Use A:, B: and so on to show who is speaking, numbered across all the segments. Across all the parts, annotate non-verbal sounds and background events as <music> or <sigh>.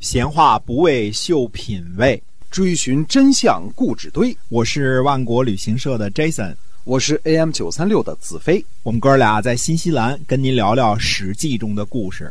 A: 闲话不为秀品味，
B: 追寻真相故纸堆。
A: 我是万国旅行社的 Jason，
B: 我是 AM 九三六的子飞。
A: 我们哥俩在新西兰跟您聊聊《史记》中的故事。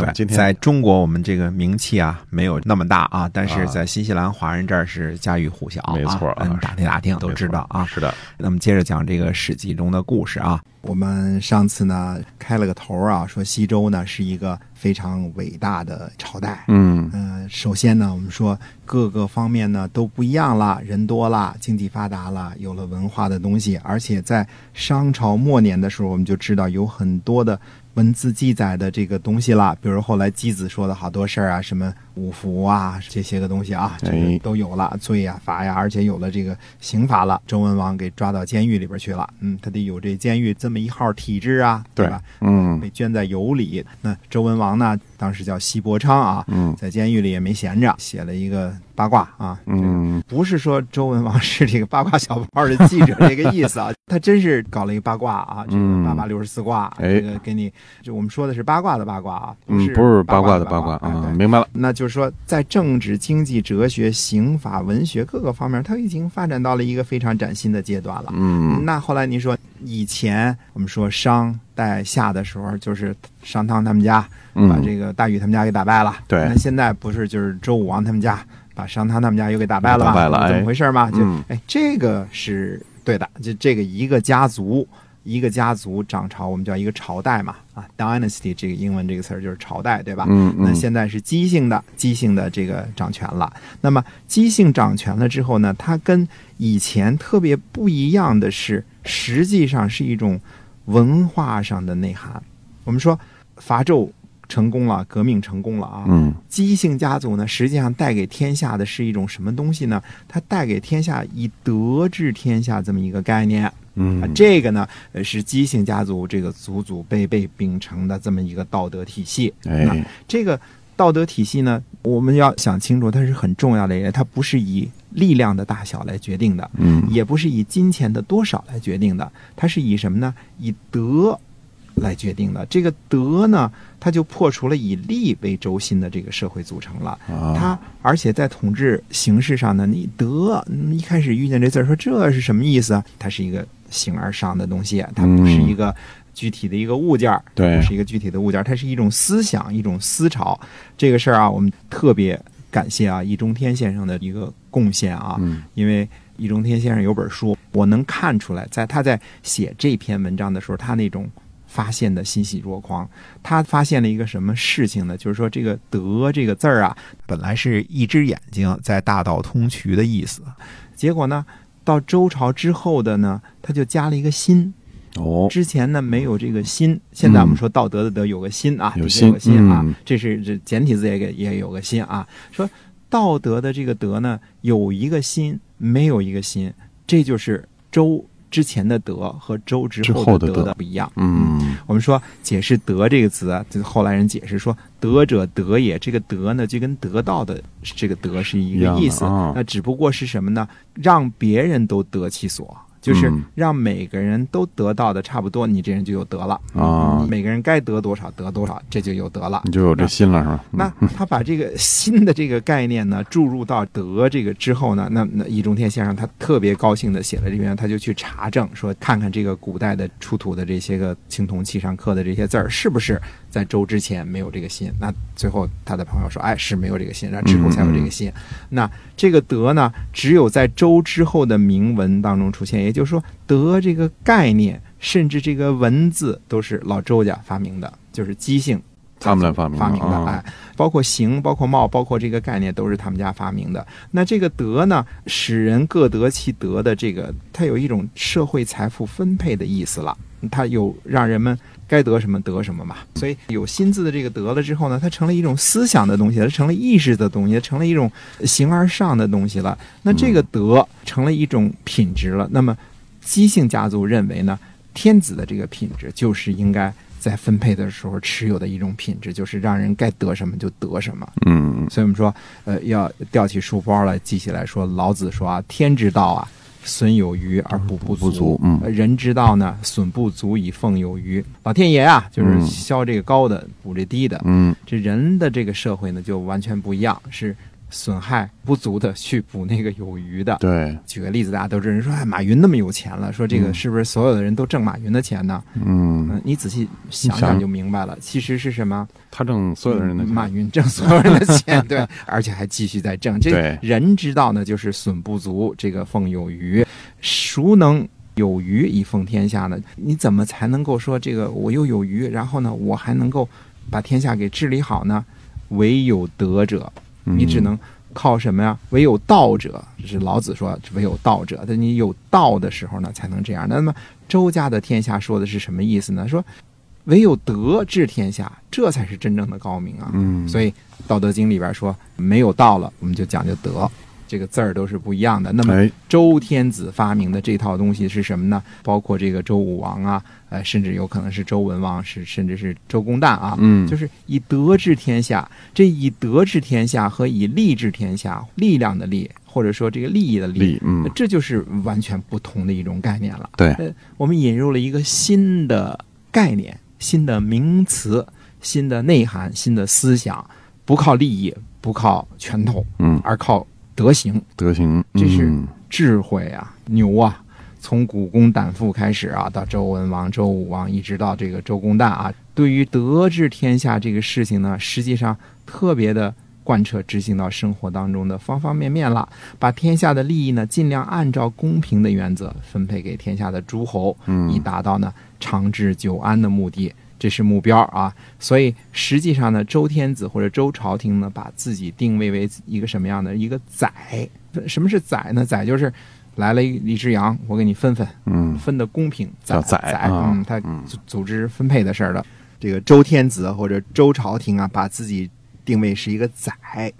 C: 那么
A: 对，
C: 今天
A: 在中国我们这个名气啊没有那么大啊，但是
C: 啊
A: 在新西兰华人这儿是家喻户晓、啊，
C: 没错啊
A: 嗯打听打听都
C: 没
A: 知
C: 错
A: 道啊。
C: 是的，
A: 那么接着讲这个《史记》中的故事啊。我们上次呢开了个头啊，说西周呢是一个非常伟大的朝代，
C: 嗯，
A: 嗯、首先呢，我们说各个方面呢都不一样了，人多了，经济发达了，有了文化的东西，而且在商朝末年的时候，我们就知道有很多的文字记载的这个东西了，比如后来姬子说的好多事儿啊，什么五福啊这些个东西啊，这个
C: 哎
A: 都有了，罪呀、罚呀，而且有了这个刑罚了，周文王给抓到监狱里边去了，嗯，他得有这监狱这么一号体制啊，
C: 对
A: 吧？
C: 嗯
A: 被圈在油里。那周文王呢，当时叫西伯昌啊，
C: 嗯
A: 在监狱里也没闲着，写了一个八卦啊。
C: 嗯，
A: 不是说周文王是这个八卦小报的记者这个意思啊，他真是搞了一个八卦啊，这个
C: 嗯
A: 八八六十四卦，啊
C: 哎
A: 这个给你，就我们说的是八卦的八卦啊，
C: 嗯，
A: 不
C: 不是八
A: 卦
C: 卦的八卦
A: 卦哎
C: 啊，
A: 对
C: 明白了。
A: 那就是说，在政治、经济、哲学、刑法、文学各个方面，它已经发展到了一个非常崭新的阶段了。
C: 嗯，
A: 那后来您说，以前我们说商代夏的时候，就是商汤他们家把
C: 嗯
A: 这个大禹他们家给打败了。
C: 对
A: 那现在不是就是周武王他们家把商汤他们家又给打败了吗？
C: 打败了哎
A: 怎么回事嘛？就、
C: 嗯
A: 哎，这个是对的，就这个一个家族。一个家族涨潮，我们叫一个朝代嘛，啊，dynasty 这个英文这个词儿就是朝代，对吧？
C: 嗯嗯
A: 那现在是姬姓的，姬姓的这个掌权了。那么姬姓掌权了之后呢，它跟以前特别不一样的是，实际上是一种文化上的内涵。我们说伐纣成功了，革命成功了啊，
C: 嗯
A: 姬姓家族呢，实际上带给天下的是一种什么东西呢？它带给天下以德治天下这么一个概念。啊
C: 嗯，
A: 这个呢，呃，是姬姓家族这个祖祖辈辈秉承的这么一个道德体系。那
C: 哎，
A: 这个道德体系呢，我们要想清楚，它是很重要的一个，它不是以力量的大小来决定的，
C: 嗯
A: 也不是以金钱的多少来决定的，它是以什么呢？以德来决定的。这个德呢，它就破除了以利为轴心的这个社会组成了。
C: 啊，
A: 它而且在统治形式上呢，你德嗯一开始遇见这字儿说这是什么意思啊？它是一个形而上的东西，它不是一个具体的一个物件儿，
C: 嗯对
A: 不是一个具体的物件儿，它是一种思想，一种思潮。这个事儿啊，我们特别感谢啊易中天先生的一个贡献啊，
C: 嗯
A: 因为易中天先生有本书，我能看出来，在他在写这篇文章的时候，他那种发现的欣喜若狂。他发现了一个什么事情呢？就是说这个“德”这个字儿啊，本来是一只眼睛在大道通衢的意思，结果呢，到周朝之后的呢，他就加了一个“心”，
C: 哦，
A: 之前呢没有这个心，现在我们说道德的德有个心啊，
C: 嗯有
A: 底下有个
C: 心
A: 心啊，
C: 嗯
A: 这是这简体字也给也有个心啊。说道德的这个德呢，有一个心，没有一个心，这就是周之前的德和周之
C: 之
A: 后
C: 后
A: 的
C: 的
A: 德
C: 德
A: 的不一样。
C: 嗯
A: 我们说解释“德”这个词啊，就后来人解释说“德者德也”，这个“德”呢，就跟得到的这个“德”是一
C: 一
A: 个
C: 样的
A: 意思。
C: 啊
A: 那只不过是什么呢？让别人都得其所，就是
C: 嗯
A: 让每个人都得到的差不多，你这人就有德了。
C: 啊，
A: 每个人该得多少得多少，这就有德了。
C: 你就有这心了是吧？嗯
A: 那他把这个新的这个概念呢注入到德这个之后呢，那那易中天先生他特别高兴的写了这篇，他就去查证说，看看这个古代的出土的这些个青铜器上刻的这些字儿是不是在周之前没有这个心。那最后他的朋友说，哎，是没有这个心，然后之后才有这个心。那这个德呢，只有在周之后的铭文当中出现，也就是说，德这个概念，甚至这个文字都是老周家发明的，就是姬姓
C: 他们来发明
A: 发明的，
C: 啊
A: 哎，包括形，包括貌，包括这个概念都是他们家发明的。那这个德呢，使人各得其德的这个，它有一种社会财富分配的意思了。它有让人们该得什么得什么嘛。所以有“心”字的这个得了之后呢，它成了一种思想的东西，它成了意识的东西，它成了一种形而上的东西了。那这个德成了一种品质了。那么姬姓家族认为呢，天子的这个品质就是应该在分配的时候持有的一种品质，就是让人该得什么就得什么。
C: 嗯
A: 所以我们说，呃，要吊起书包来记起来说，老子说啊，天之道啊，损有余而补不足；
C: 不足嗯
A: 呃人之道呢，损不足以奉有余。老天爷啊，就是
C: 嗯
A: 削这个高的，补这低的。
C: 嗯
A: 这人的这个社会呢，就完全不一样，是损害不足的去补那个有余的。
C: 对
A: 举个例子，大家都知道，人说哎，马云那么有钱了，说这个是不是所有的人都挣马云的钱呢？
C: 嗯
A: 嗯，你仔细想
C: 想
A: 想就明白了，其实是什么？
C: 他挣所有的人的
A: 嗯
C: 钱
A: 马云挣所有人的
C: <laughs>
A: 钱，对，而且还继续在挣。
C: 对
A: 这人之道呢，就是损不足，这个奉有余。孰能有余以奉天下呢？你怎么才能够说这个我又有余，然后呢，我还能够把天下给治理好呢？唯有德者，
C: 嗯
A: 你只能靠什么呀？唯有道者，这是老子说，唯有道者。但你有道的时候呢，才能这样。那么周家的天下说的是什么意思呢？说唯有德治天下，这才是真正的高明啊！
C: 嗯，
A: 所以《道德经》里边说，没有道了，我们就讲究德，这个字儿都是不一样的。那么
C: 哎
A: 周天子发明的这套东西是什么呢？包括这个周武王啊，呃，甚至有可能是周文王，是甚至是周公旦啊，
C: 嗯
A: 就是以德治天下。这以德治天下和以利治天下，力量的力，或者说这个利益的
C: 利嗯
A: 这就是完全不同的一种概念了。
C: 对
A: 呃，我们引入了一个新的概念、新的名词、新的内涵、新的思想，不靠利益，不靠拳头，
C: 嗯
A: 而靠德行。
C: 德行，
A: 这是
C: 嗯
A: 智慧啊，牛啊！从古公胆父开始啊，到周文王、周武王，一直到这个周公旦啊，对于德治天下这个事情呢，实际上特别的贯彻执行到生活当中的方方面面了。把天下的利益呢，尽量按照公平的原则分配给天下的诸侯，
C: 嗯
A: 以达到呢长治久安的目的。这是目标啊，所以实际上呢，周天子或者周朝廷呢，把自己定位为一个什么样的一个宰？什么是宰呢？宰就是来了一一只羊，我给你分分，
C: 嗯
A: 分的公平，
C: 叫
A: 宰
C: 宰啊
A: 嗯，他
C: 嗯
A: 组组织分配的事儿了。这个周天子或者周朝廷啊，把自己定位是一个宰，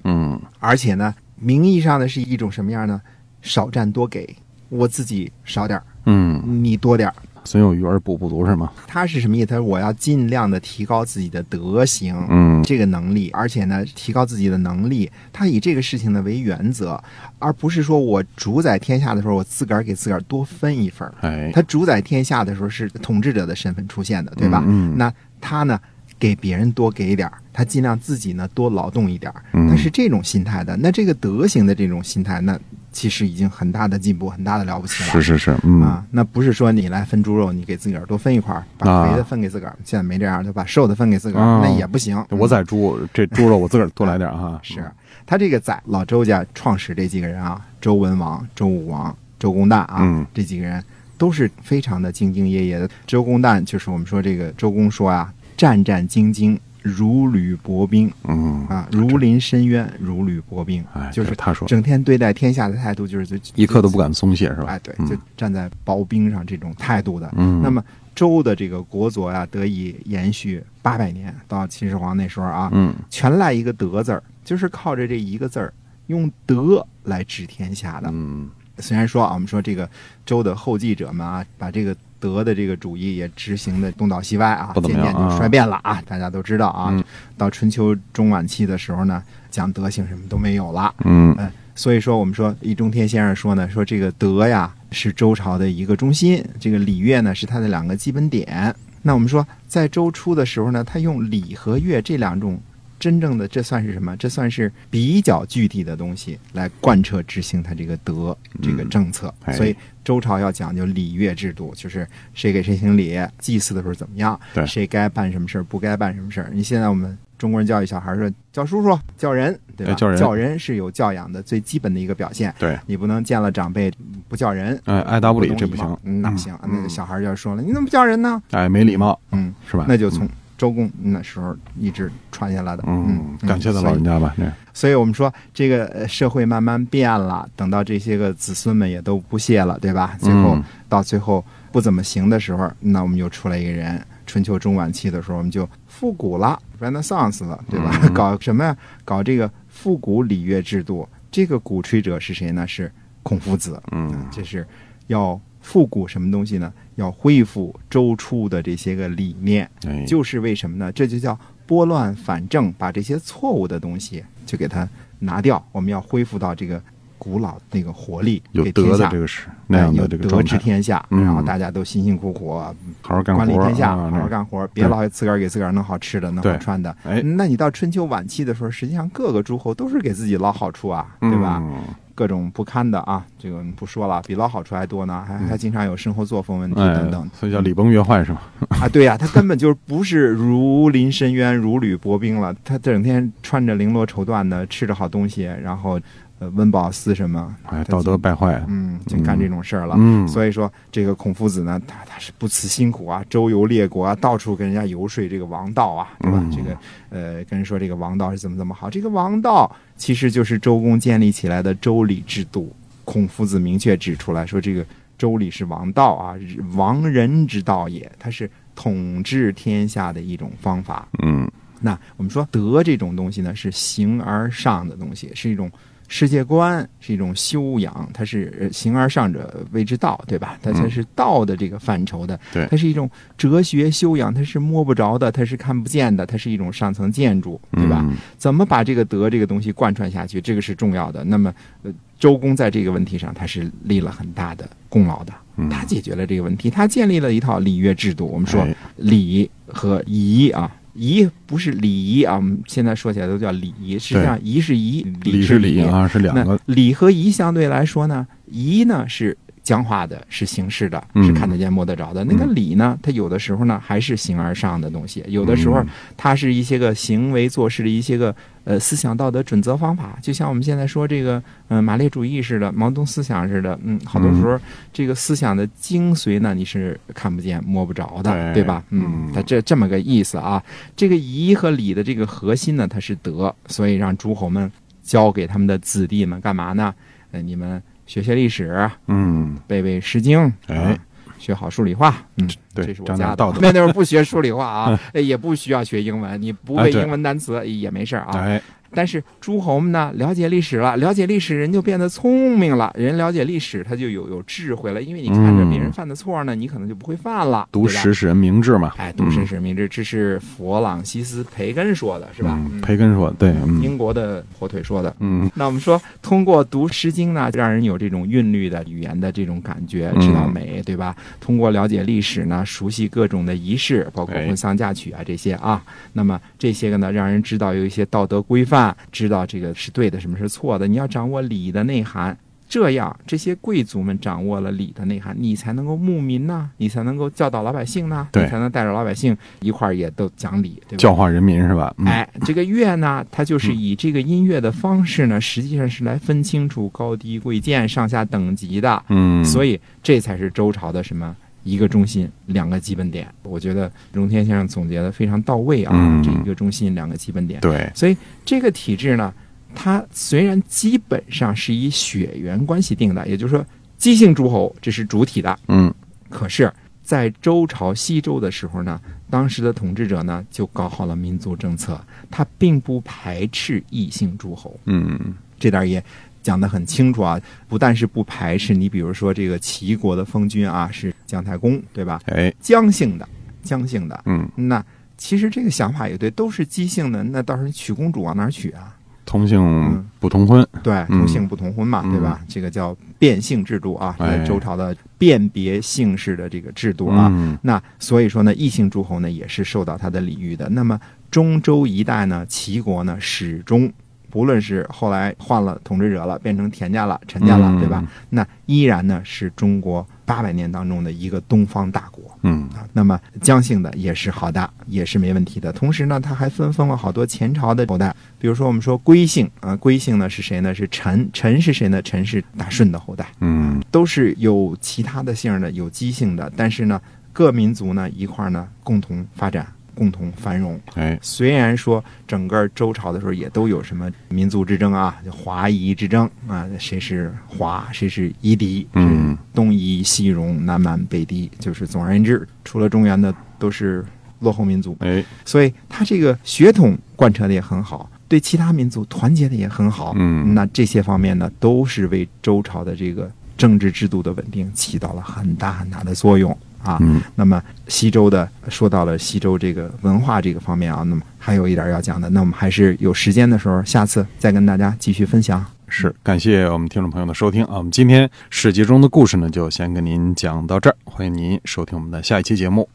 C: 嗯
A: 而且呢，名义上呢是一种什么样呢？少占多给，我自己少点儿，
C: 嗯，
A: 你多点儿。
C: 损有余而补不足是吗？
A: 他是什么意思？他说我要尽量的提高自己的德行，
C: 嗯
A: 这个能力，而且呢，提高自己的能力。他以这个事情呢为原则，而不是说我主宰天下的时候，我自个儿给自个儿多分一分儿。
C: 哎
A: 他主宰天下的时候是统治者的身份出现的，对吧？
C: 嗯嗯
A: 那他呢，给别人多给一点儿，他尽量自己呢多劳动一点儿，
C: 嗯
A: 他是这种心态的。那这个德行的这种心态，那其实已经很大的进步，很大的了不起了。
C: 是是是，嗯
A: 啊，那不是说你来分猪肉，你给自个儿多分一块儿，把
C: 啊
A: 肥的分给自个儿，现在没这样，就把瘦的分给自个儿，
C: 啊
A: 那也不行。
C: 我宰猪，这猪肉我自个儿多来点儿哈。
A: 嗯是他这个宰老周家创始这几个人啊，周文王、周武王、周公旦啊，
C: 嗯
A: 这几个人都是非常的兢兢业业的。周公旦就是我们说这个周公说啊，战战兢兢，如履薄冰
C: 嗯，
A: 啊，如临深渊，如履薄冰
C: 哎，，
A: 就
C: 这
A: 是
C: 他说
A: 整天对待天下的态度就是就
C: 一刻都不敢松懈是吧？
A: 哎，对，
C: 嗯
A: 就站在薄冰上这种态度的。
C: 嗯
A: 那么周的这个国祚啊，得以延续八百年，到秦始皇那时候啊，
C: 嗯
A: 全赖一个德字儿，就是靠着这一个字儿，用德来治天下的。
C: 嗯
A: 虽然说啊，我们说这个周的后继者们啊，把这个德的这个主义也执行的东倒西歪啊，
C: 不怎
A: 渐
C: 么样
A: 渐就
C: 啊
A: 衰变了啊，大家都知道啊。
C: 嗯
A: 到春秋中晚期的时候呢，讲德行什么都没有了。
C: 嗯
A: 嗯，所以说我们说易中天先生说呢，说这个德呀是周朝的一个中心，这个礼乐呢是它的两个基本点。那我们说在周初的时候呢，他用礼和乐这两种真正的，这算是什么？这算是比较具体的东西来贯彻执行他这个德这个政策。
C: 哎
A: 所以周朝要讲究礼乐制度，就是谁给谁行礼，祭祀的时候怎么样
C: 对，
A: 谁该办什么事儿，不该办什么事儿。你现在我们中国人教育小孩儿说叫叔叔叫人，对吧？
C: 哎叫人
A: 是有教养的最基本的一个表现。
C: 对，
A: 你不能见了长辈不叫人，
C: 哎爱答不理
A: 懂
C: 这
A: 礼
C: 不
A: 貌
C: 行，
A: 嗯那不行。
C: 嗯
A: 那个小孩儿就说了，你怎么不叫人呢？
C: 哎没礼貌
A: 嗯，
C: 是吧？
A: 那就从周公那时候一直传下来的。嗯
C: 嗯，，感谢他老人
A: 家。
C: 家吧，这
A: 所以我们说，这个呃社会慢慢变了，等到这些个子孙们也都不屑了，对吧？最后、
C: 嗯
A: 到最后不怎么行的时候，那我们又出来一个人。春秋中晚期的时候，我们就复古了，Renaissance 了，对吧？
C: 嗯
A: <laughs> 搞什么呀？搞这个复古礼乐制度。这个鼓吹者是谁呢？是孔夫子。
C: 嗯，
A: 这是要复古什么东西呢？要恢复周初的这些个理念。
C: 哎
A: 就是为什么呢？这就叫拨乱反正，把这些错误的东西就给它拿掉。我们要恢复到这个古老那个活力，
C: 有
A: 给天
C: 德的
A: 下
C: 这个是那样
A: 哎有
C: 的这个
A: 德
C: 状
A: 治
C: 态，
A: 天下，
C: 嗯
A: 然后大家都辛辛苦苦
C: 好好干活
A: 管理
C: 儿
A: 天下，好
C: 啊
A: 好
C: 这
A: 干活，别老自个儿给自个儿弄好吃的、弄
C: 对
A: 好穿的。
C: 哎
A: 那你到春秋晚期的时候，实际上各个诸侯都是给自己捞好处啊，对吧？
C: 嗯
A: 各种不堪的啊，这个我们不说了，比捞好处还多呢，还还经常有生活作风问题
C: 哎，
A: 等等。
C: 所以叫礼崩乐坏是吧？
A: 啊，对呀、他根本就是不是如临深渊、如履薄冰了，他整天穿着绫罗绸缎的，吃着好东西，然后呃温饱思什么，
C: 哎，道德败坏，
A: 嗯，就干这种事儿了。
C: 嗯
A: 所以说这个孔夫子呢，他他是不辞辛苦啊，周游列国啊，到处跟人家游说这个王道啊，对吧？
C: 嗯
A: 这个呃，跟人说这个王道是怎么怎么好，这个王道其实就是周公建立起来的周礼制度。孔夫子明确指出来说，这个周礼是王道啊，王人之道也，它是统治天下的一种方法。
C: 嗯
A: 那我们说德这种东西呢，是形而上的东西，是一种世界观，是一种修养，它是呃形而上者谓之道，对吧？它它是道的这个范畴的，
C: 嗯对
A: 它是一种哲学修养，它是摸不着的，它是看不见的，它是一种上层建筑，对吧？
C: 嗯
A: 怎么把这个德这个东西贯穿下去，这个是重要的。那么，呃，周公在这个问题上他是立了很大的功劳的
C: 嗯，
A: 他解决了这个问题，他建立了一套礼乐制度。我们说
C: 哎
A: 礼和仪啊。仪不是礼仪啊，我们现在说起来都叫礼仪。实际上，仪是仪，
C: 礼
A: 是
C: 是礼啊，是两个，
A: 那礼和仪相对来说呢，仪呢是僵化的，是形式的，
C: 嗯
A: 是看得见摸得着的。那个
C: 嗯
A: 礼呢，它有的时候呢还是形而上的东西，有的时候
C: 嗯
A: 它是一些个行为做事的一些个呃思想道德准则方法，就像我们现在说这个嗯、呃马列主义似的，毛泽东思想似的，嗯，好多
C: 嗯
A: 时候这个思想的精髓呢你是看不见摸不着
C: 哎
A: 的，对吧？
C: 嗯
A: 嗯，它这这么个意思啊。这个仪和礼的这个核心呢，它是德，所以让诸侯们教给他们的子弟们干嘛呢？呃，你们学学历史，
C: 嗯，
A: 背背《诗经》，
C: 哎
A: 啊，学好数理化，嗯，
C: 对
A: 这是，我
C: 长
A: 家
C: 点
A: 的 <laughs>
C: 道德，
A: 那那会儿不学数理化啊，呃也不需要学英文，你
C: <laughs>
A: 不
C: 哎
A: 会
C: 对
A: 英文单词也没事儿啊。
C: 哎，
A: 但是诸侯们呢，了解历史了，了解历史人就变得聪明了，人了解历史他就有有智慧了，因为你看着别人犯的错呢，你可能就不会犯了，
C: 嗯读
A: 对吧
C: 史使人明智嘛，嗯
A: 哎，读史使命，这这是弗朗西斯·培根说的，是吧？
C: 嗯，培根说，对，嗯
A: 英国的火腿说的。
C: 嗯
A: 那我们说，通过读《诗经》呢，让人有这种韵律的语言的这种感觉，
C: 嗯
A: 知道美，对吧？通过了解历史呢，熟悉各种的仪式，包括
C: 哎
A: 婚丧嫁娶啊这些啊。那么这些个呢，让人知道有一些道德规范，知道这个是对的，什么是错的。你要掌握礼的内涵，这样，这些贵族们掌握了礼的内涵，你才能够牧民呐、你才能够教导老百姓呐、
C: 对
A: 你才能带着老百姓一块儿也都讲理，对吧？
C: 教化人民是吧？嗯，嗯
A: 哎，这个乐呢，它就是以这个音乐的方式呢，实际上是来分清楚高低贵贱、上下等级的，
C: 嗯，
A: 所
C: 以
A: 以这才是周朝的什么一个中心、两个基本点。我觉得荣天先生总结的非常到位啊，
C: 嗯
A: 这一个中心、两个基本点。
C: 对，
A: 所以这个体制呢，它虽然基本上是以血缘关系定的，也就是说姬姓诸侯这是主体的，
C: 嗯
A: 可是，在周朝西周的时候呢，当时的统治者呢就搞好了民族政策，他并不排斥异姓诸侯，
C: 嗯
A: 这点儿也。讲得很清楚啊，不但是不排斥你，比如说这个齐国的封君啊是姜太公，对吧？
C: 哎
A: 姜姓的，姜姓的，
C: 嗯，
A: 那其实这个想法也对，都是姬姓的，那到时候娶公主往哪儿娶
C: <laughs>
A: 啊？
C: 同性不同婚，
A: 对，
C: 嗯
A: 同姓不同婚嘛，对吧？这个叫变姓制度啊，
C: 哎
A: 在周朝的辨别姓氏的这个制度啊。
C: 嗯
A: 那所以说呢，异姓诸侯呢也是受到他的礼遇的。那么中州一带呢，齐国呢始终。不论是后来换了统治者了，变成田家了、陈家了，
C: 嗯
A: 对吧？那依然呢是中国八百年当中的一个东方大国。
C: 嗯
A: 啊，那么姜姓的也是好的，也是没问题的。同时呢，他还分封了好多前朝的后代，比如说我们说归姓啊，归姓呢是谁呢？是陈，陈是谁呢？陈是大顺的后代，
C: 嗯
A: 都是有其他的姓儿的，有姬姓的，但是呢，各民族呢一块儿呢共同发展。共同繁荣。
C: 哎，
A: 虽然说整个周朝的时候也都有什么民族之争啊，就华夷之争啊，谁是华，谁是夷狄，
C: 嗯，
A: 东夷、西戎、南蛮、北狄，就是总而言之，除了中原的都是落后民族，
C: 哎，
A: 所以他这个血统贯彻的也很好，对其他民族团结的也很好，
C: 嗯
A: 那这些方面呢，都是为周朝的这个政治制度的稳定起到了很大很大的作用啊，
C: 嗯，
A: 那么西周的说到了西周这个文化这个方面啊，那么还有一点要讲的，那我们还是有时间的时候，下次再跟大家继续分享。
C: 是，感谢我们听众朋友的收听啊！我们今天史记中的故事呢，就先跟您讲到这儿，欢迎您收听我们的下一期节目。